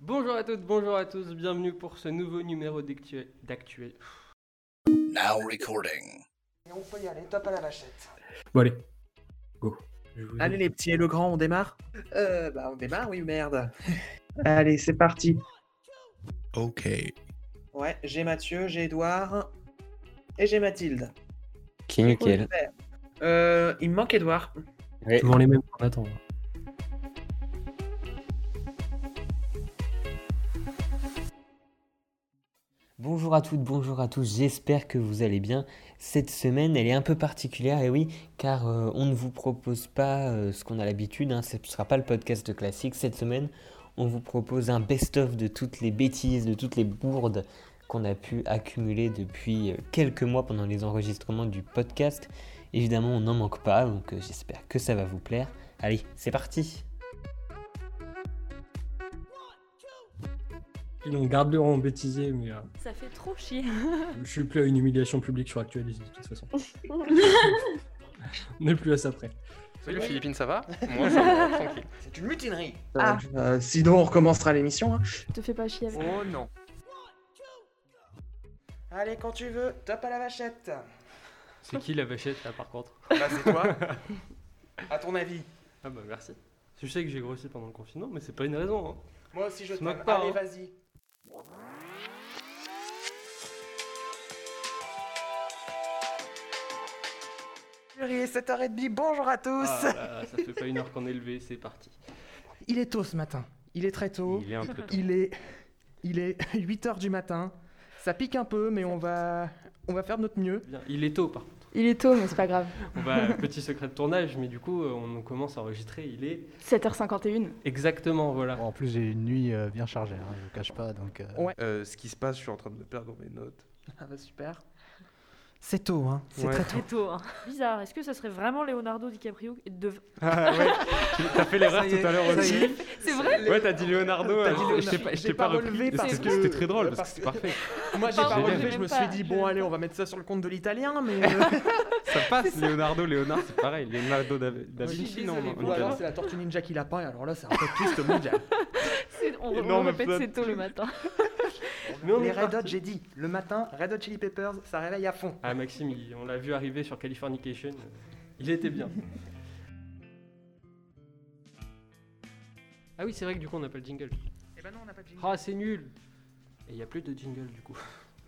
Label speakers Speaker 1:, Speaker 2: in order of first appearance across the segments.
Speaker 1: Bonjour à toutes, bonjour à tous, bienvenue pour ce nouveau numéro d'actu- d'actuel.
Speaker 2: Now recording.
Speaker 3: Et on peut y aller, top à la vachette.
Speaker 4: Bon, allez. Go.
Speaker 5: Allez les petits et le grand, on démarre Euh, bah on démarre, oui merde. Allez, c'est parti.
Speaker 2: Ok.
Speaker 5: Ouais, j'ai Mathieu, j'ai Edouard et j'ai Mathilde.
Speaker 6: Qui nickel.
Speaker 5: Super. Euh, il me manque Edouard.
Speaker 4: Souvent les mêmes qu'on attend. hein.
Speaker 6: Bonjour à toutes, bonjour à tous, j'espère que vous allez bien. Cette semaine, elle est un peu particulière, et oui, car euh, on ne vous propose pas euh, ce qu'on a l'habitude, hein, ce ne sera pas le podcast classique. Cette semaine, on vous propose un best-of de toutes les bêtises, de toutes les bourdes qu'on a pu accumuler depuis euh, quelques mois pendant les enregistrements du podcast. Évidemment, on n'en manque pas, donc euh, j'espère que ça va vous plaire. Allez, c'est parti
Speaker 4: Donc garde-le en bêtisier, mais euh,
Speaker 7: Ça fait trop chier.
Speaker 4: je suis plus à une humiliation publique sur Actualise de toute façon. On n'est plus à ça près.
Speaker 8: Salut Philippine, ça va Moi ça va, tranquille.
Speaker 3: C'est une mutinerie.
Speaker 7: Ah.
Speaker 5: Euh, sinon on recommencera l'émission. hein.
Speaker 7: Te fais pas chier avec.
Speaker 8: Oh non.
Speaker 3: Allez, quand tu veux, top à la vachette.
Speaker 1: C'est qui la vachette là par contre
Speaker 3: Bah, c'est toi. à ton avis.
Speaker 1: Ah bah merci. Je sais que j'ai grossi pendant le confinement, mais c'est pas une raison. Hein.
Speaker 3: Moi aussi, je
Speaker 1: Se
Speaker 3: t'aime.
Speaker 1: moque pas,
Speaker 3: Allez,
Speaker 1: hein.
Speaker 3: vas-y. Jury, 7h30, bonjour à
Speaker 5: Oh,
Speaker 3: tous.
Speaker 1: Ah, là, là, ça fait pas une heure qu'on est levé, c'est parti.
Speaker 5: Il est tôt ce matin. Il est très tôt.
Speaker 1: Il est un peu tôt.
Speaker 5: Il est il est 8h du matin. Ça pique un peu mais on va on va faire de notre mieux.
Speaker 1: Bien, Il est tôt par contre.
Speaker 7: Il est tôt, mais c'est pas grave.
Speaker 1: On va, petit secret de tournage, mais du coup, euh, on commence à enregistrer. Il est
Speaker 7: 7h51.
Speaker 1: exactement,
Speaker 5: Oh.
Speaker 1: voilà.
Speaker 9: Bon, en plus, j'ai une nuit euh, bien chargée, hein, je vous cache pas. Donc, euh,
Speaker 5: Ouais.
Speaker 8: Euh, ce qui se passe, je suis en train de me perdre dans mes notes.
Speaker 5: Ah bah super. C'est tôt hein, c'est
Speaker 8: Ouais.
Speaker 5: très tôt.
Speaker 10: tôt. Bizarre. Est-ce que ça serait vraiment Leonardo DiCaprio de...
Speaker 1: Ah ouais, t'as fait l'erreur tout à l'heure aussi.
Speaker 10: C'est vrai
Speaker 1: Ouais, t'as dit Leonardo. euh,
Speaker 5: T'as dit
Speaker 1: je- je
Speaker 5: Leonardo.
Speaker 1: t'ai pas, je
Speaker 5: J'ai
Speaker 1: t'ai
Speaker 5: pas
Speaker 1: pas repris.
Speaker 5: relevé
Speaker 1: C'était-
Speaker 5: parce que-
Speaker 1: C'était très drôle parce
Speaker 5: parce
Speaker 1: que c'était parfait.
Speaker 5: Moi j'ai
Speaker 10: Pardon,
Speaker 5: pas
Speaker 1: j'ai
Speaker 5: relevé,
Speaker 10: même
Speaker 5: je me
Speaker 10: pas,
Speaker 5: suis dit
Speaker 10: je-
Speaker 5: bon allez, on va mettre ça sur le compte de l'italien mais euh,
Speaker 1: Ça passe, Leonardo, Léonard, c'est pareil. Leonardo da, da
Speaker 5: Oui,
Speaker 1: Vinci,
Speaker 5: désolé,
Speaker 1: non
Speaker 5: ou
Speaker 1: on est
Speaker 5: alors
Speaker 1: d'accord.
Speaker 5: c'est la tortue ninja qui l'a peint, et alors là, c'est un peu triste mondial.
Speaker 10: C'est- On, on
Speaker 1: Énorme
Speaker 10: répète
Speaker 1: flotte.
Speaker 10: c'est tôt le matin.
Speaker 1: Mais on
Speaker 5: Les
Speaker 1: est
Speaker 5: Red
Speaker 1: parti.
Speaker 5: Hot, j'ai dit, le matin, Red Hot Chili Peppers, ça réveille à fond.
Speaker 1: Ah, Maxime, il- on l'a vu arriver sur Californication. euh, Il était bien. Ah oui, c'est vrai que du coup, on n'a pas le jingle.
Speaker 5: Eh ben non, on n'a pas de
Speaker 1: Ah, c'est nul Et il n'y a plus de jingle du coup.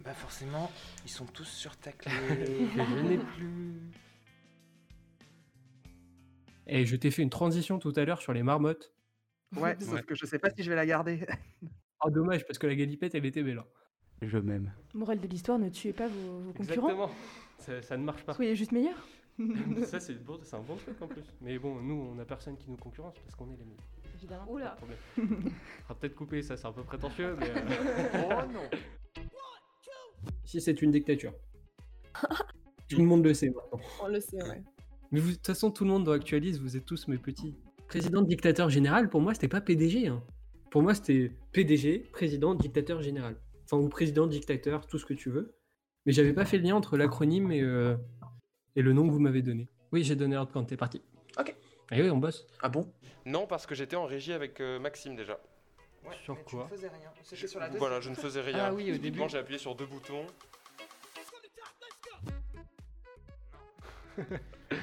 Speaker 3: Bah, forcément, ils sont tous sur ta clé.
Speaker 1: Je n'ai plus.
Speaker 4: Et Eh, je t'ai fait une transition tout à l'heure sur les marmottes.
Speaker 5: Ouais, sauf que je sais pas si je vais la garder.
Speaker 4: Ah dommage parce que la galipette elle était belle. hein.
Speaker 9: je m'aime.
Speaker 7: Morale de l'histoire, ne tuez pas vos, vos concurrents.
Speaker 1: Exactement. Ça, ça ne marche pas.
Speaker 7: Soyez juste meilleurs.
Speaker 1: Ça, c'est bon, c'est un bon truc en plus. Mais bon, nous, on n'a personne qui nous concurrence parce qu'on est les meilleurs.
Speaker 7: Évidemment.
Speaker 1: Pas de
Speaker 10: Oula.
Speaker 1: problème. On va peut-être couper ça, c'est un peu prétentieux, mais. euh,
Speaker 5: oh non
Speaker 4: Ici c'est une dictature. tout le monde le sait maintenant.
Speaker 10: On le sait, ouais.
Speaker 4: Mais vous- de toute façon tout le monde dans Actualise, vous êtes tous mes petits. Président dictateur général, pour moi c'était pas PDG. hein. Pour moi c'était PDG, président dictateur général. Enfin ou président dictateur, tout ce que tu veux. Mais j'avais pas fait le lien entre l'acronyme et, euh, et le nom que vous m'avez donné. Oui j'ai donné ordre quand t'es parti.
Speaker 3: Ok.
Speaker 4: Et oui on bosse.
Speaker 5: Ah bon
Speaker 8: Non, parce que j'étais en régie avec euh, Maxime déjà.
Speaker 3: Ouais,
Speaker 1: Sur
Speaker 3: mais
Speaker 1: quoi
Speaker 3: Tu ne faisais rien. C'était
Speaker 8: Je-
Speaker 3: sur la deuxième.
Speaker 8: voilà, je ne faisais rien.
Speaker 1: Ah oui, au
Speaker 8: Typiquement,
Speaker 1: début.
Speaker 8: j'ai appuyé sur deux boutons.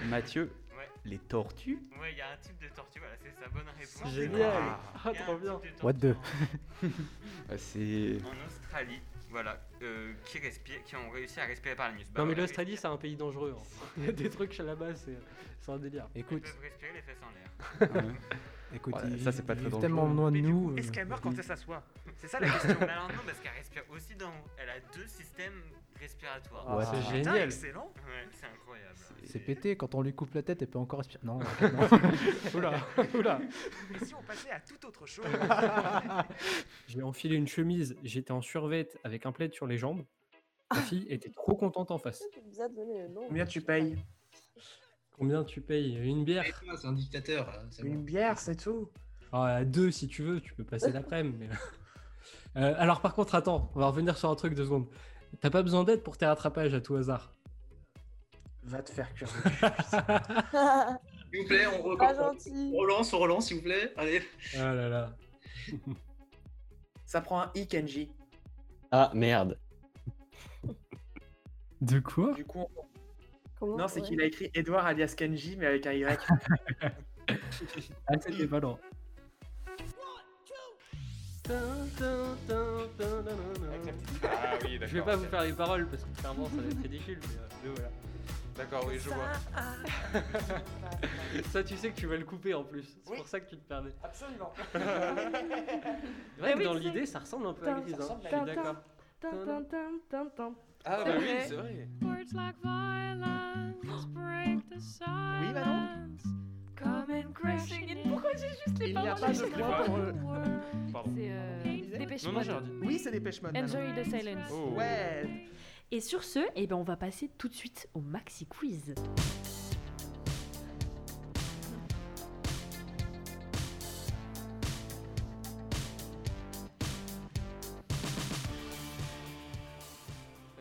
Speaker 6: Mathieu,
Speaker 3: Ouais.
Speaker 6: les tortues
Speaker 3: Ouais, il y a un type de tortue, voilà, c'est sa bonne réponse.
Speaker 1: Génial
Speaker 8: Ah.
Speaker 1: Ah, trop bien
Speaker 9: What the
Speaker 6: C'est...
Speaker 3: En Australie, voilà, euh, qui, respire, qui ont réussi à respirer par Bah, le muscle.
Speaker 1: Non, mais l'Australie, c'est un pays dangereux. hein. Il y a des trucs là-bas, c'est c'est un délire.
Speaker 9: Écoute,
Speaker 3: respirer les fesses en l'air.
Speaker 8: Ah
Speaker 9: écoute,
Speaker 6: Ouais, ça, c'est pas très
Speaker 9: ils vivent
Speaker 6: dangereux.
Speaker 9: tellement loin de nous. euh,
Speaker 3: Est-ce qu'elle meurt
Speaker 9: ils-
Speaker 3: quand elle s'assoit C'est ça la question. Alors non, parce qu'elle respire aussi d'en haut. Elle a deux systèmes respiratoires.
Speaker 9: Ouais,
Speaker 1: Ah, c'est
Speaker 9: c'est-
Speaker 1: génial
Speaker 3: Ah, excellent Ouais, c'est incroyable.
Speaker 9: C'est pété, quand on lui coupe la tête, elle peut encore respirer. Non, ok,
Speaker 1: Oula, oula
Speaker 3: Et si on passait à tout autre chose
Speaker 4: J'ai enfilé une chemise, j'étais en survette avec un plaid sur les jambes. La fille était trop contente en face.
Speaker 5: Combien tu payes
Speaker 4: Combien tu payes Une bière
Speaker 11: C'est un dictateur. euh, c'est bon.
Speaker 5: Une bière, c'est tout.
Speaker 4: Ah, à deux si tu veux, tu peux passer l'après-midi. mais- Euh, alors par contre, attends, on va revenir sur un truc deux secondes. T'as pas besoin d'aide pour tes rattrapages à tout hasard.
Speaker 5: Va te faire cuire.
Speaker 11: S'il vous plaît, on recommence. On relance, on relance, s'il vous plaît. Allez.
Speaker 4: Ah là là.
Speaker 12: Ça prend un I, Kenji.
Speaker 6: Ah merde.
Speaker 4: De quoi
Speaker 12: Du coup, on-
Speaker 7: Oh,
Speaker 12: non, c'est qu'il a écrit Edouard alias Kenji, mais avec un Y.
Speaker 4: Ah, c'était pas loin.
Speaker 8: Ah oui,
Speaker 1: Je vais
Speaker 8: d'accord.
Speaker 1: pas vous faire les paroles parce que clairement ça va être ridicule, mais, euh, mais voilà.
Speaker 8: D'accord, oui, je vois.
Speaker 1: Ça, tu sais que tu vas le couper en plus. C'est pour ça que tu te perdais.
Speaker 12: Absolument.
Speaker 1: C'est vrai
Speaker 10: Mais
Speaker 1: que
Speaker 10: oui,
Speaker 1: dans
Speaker 10: c'est-
Speaker 1: l'idée, ça ressemble un peu à
Speaker 10: Tin,
Speaker 1: Grise.
Speaker 10: ça
Speaker 1: Hein.
Speaker 10: ressemble
Speaker 1: Je
Speaker 10: à
Speaker 1: suis
Speaker 10: Grise.
Speaker 1: d'accord.
Speaker 10: Tin, tin, tin, tin, tin.
Speaker 1: Ah, bah oui,
Speaker 10: Eh.
Speaker 1: c'est vrai.
Speaker 13: Words like violence break the
Speaker 12: Oui,
Speaker 13: silence. Come and crashing in.
Speaker 7: Pourquoi j'ai juste
Speaker 5: les Il n'y a paroles pas de
Speaker 13: juste
Speaker 5: point pour eux.
Speaker 8: Pardon.
Speaker 10: C'est euh,
Speaker 5: Non, non, j'ai rien dit. Oui, c'est Dépêche Mode,
Speaker 10: Enjoy
Speaker 5: Manon.
Speaker 10: the silence.
Speaker 5: Oh. Ouais.
Speaker 14: Et sur ce, eh ben, on va passer tout de suite au maxi quiz.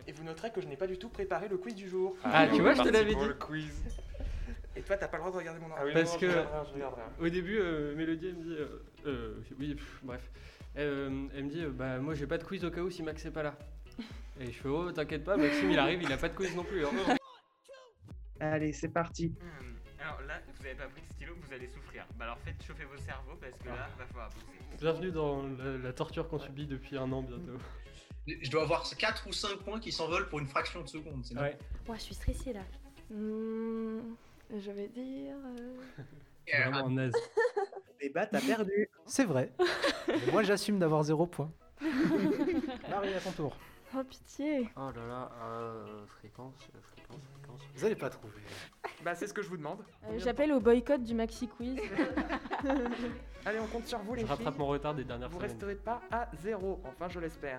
Speaker 12: Et vous noterez que je n'ai pas du tout préparé le quiz du jour.
Speaker 1: Ah, tu vois, je te l'avais dit.
Speaker 12: Et toi, t'as pas le droit de regarder mon ordinateur.
Speaker 1: Parce que au début, euh, Mélodie elle me dit, euh, euh, oui, pff, bref, Euh, elle me dit, euh, bah moi j'ai pas de quiz au cas où si Max est pas là. Et je fais, oh t'inquiète pas, Maxime il arrive, il a pas de quiz non plus. hein.
Speaker 12: Allez, c'est parti.
Speaker 3: Hmm. Alors là, vous avez pas pris de stylo, vous allez souffrir. Bah alors faites chauffer vos cerveaux parce que là, va falloir pousser.
Speaker 1: Bienvenue dans la, la torture qu'on subit depuis un an bientôt.
Speaker 11: Je dois avoir 4 ou 5 points qui s'envolent pour une fraction de seconde. c'est
Speaker 1: Ouais.
Speaker 14: Ouah, je suis stressée là.
Speaker 7: Hmm, je vais dire. euh,
Speaker 4: Vraiment naze.
Speaker 12: Et bah, t'as perdu.
Speaker 9: C'est vrai. Mais Moi, j'assume d'avoir zéro point. Marie, à ton tour.
Speaker 7: Oh pitié.
Speaker 1: Oh là là, euh, fréquence, euh, fréquence, fréquence.
Speaker 9: Vous allez pas trouver.
Speaker 12: Bah, c'est ce que je vous demande.
Speaker 7: Euh, J'appelle au boycott du Maxi Quiz.
Speaker 12: Allez, on compte sur vous, les
Speaker 1: Je rattrape
Speaker 12: filles.
Speaker 1: mon retard des dernières
Speaker 12: Vous
Speaker 1: semaines.
Speaker 12: resterez pas à zéro, enfin, je l'espère.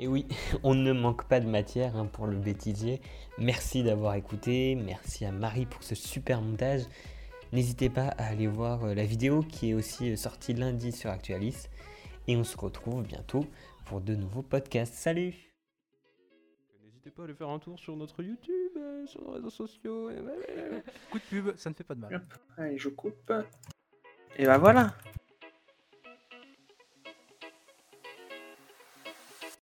Speaker 6: Et Eh oui, on ne manque pas de matière hein, pour le bêtisier. Merci d'avoir écouté, merci à Marie pour ce super montage. N'hésitez pas à aller voir euh, la vidéo qui est aussi euh, sortie lundi sur Actualis. Et on se retrouve bientôt pour de nouveaux podcasts. Salut
Speaker 1: N'hésitez pas à aller faire un tour sur notre YouTube, euh, sur nos réseaux sociaux. et-
Speaker 9: Coup de pub, ça ne fait pas de mal.
Speaker 12: Allez, je coupe. Et bah, voilà.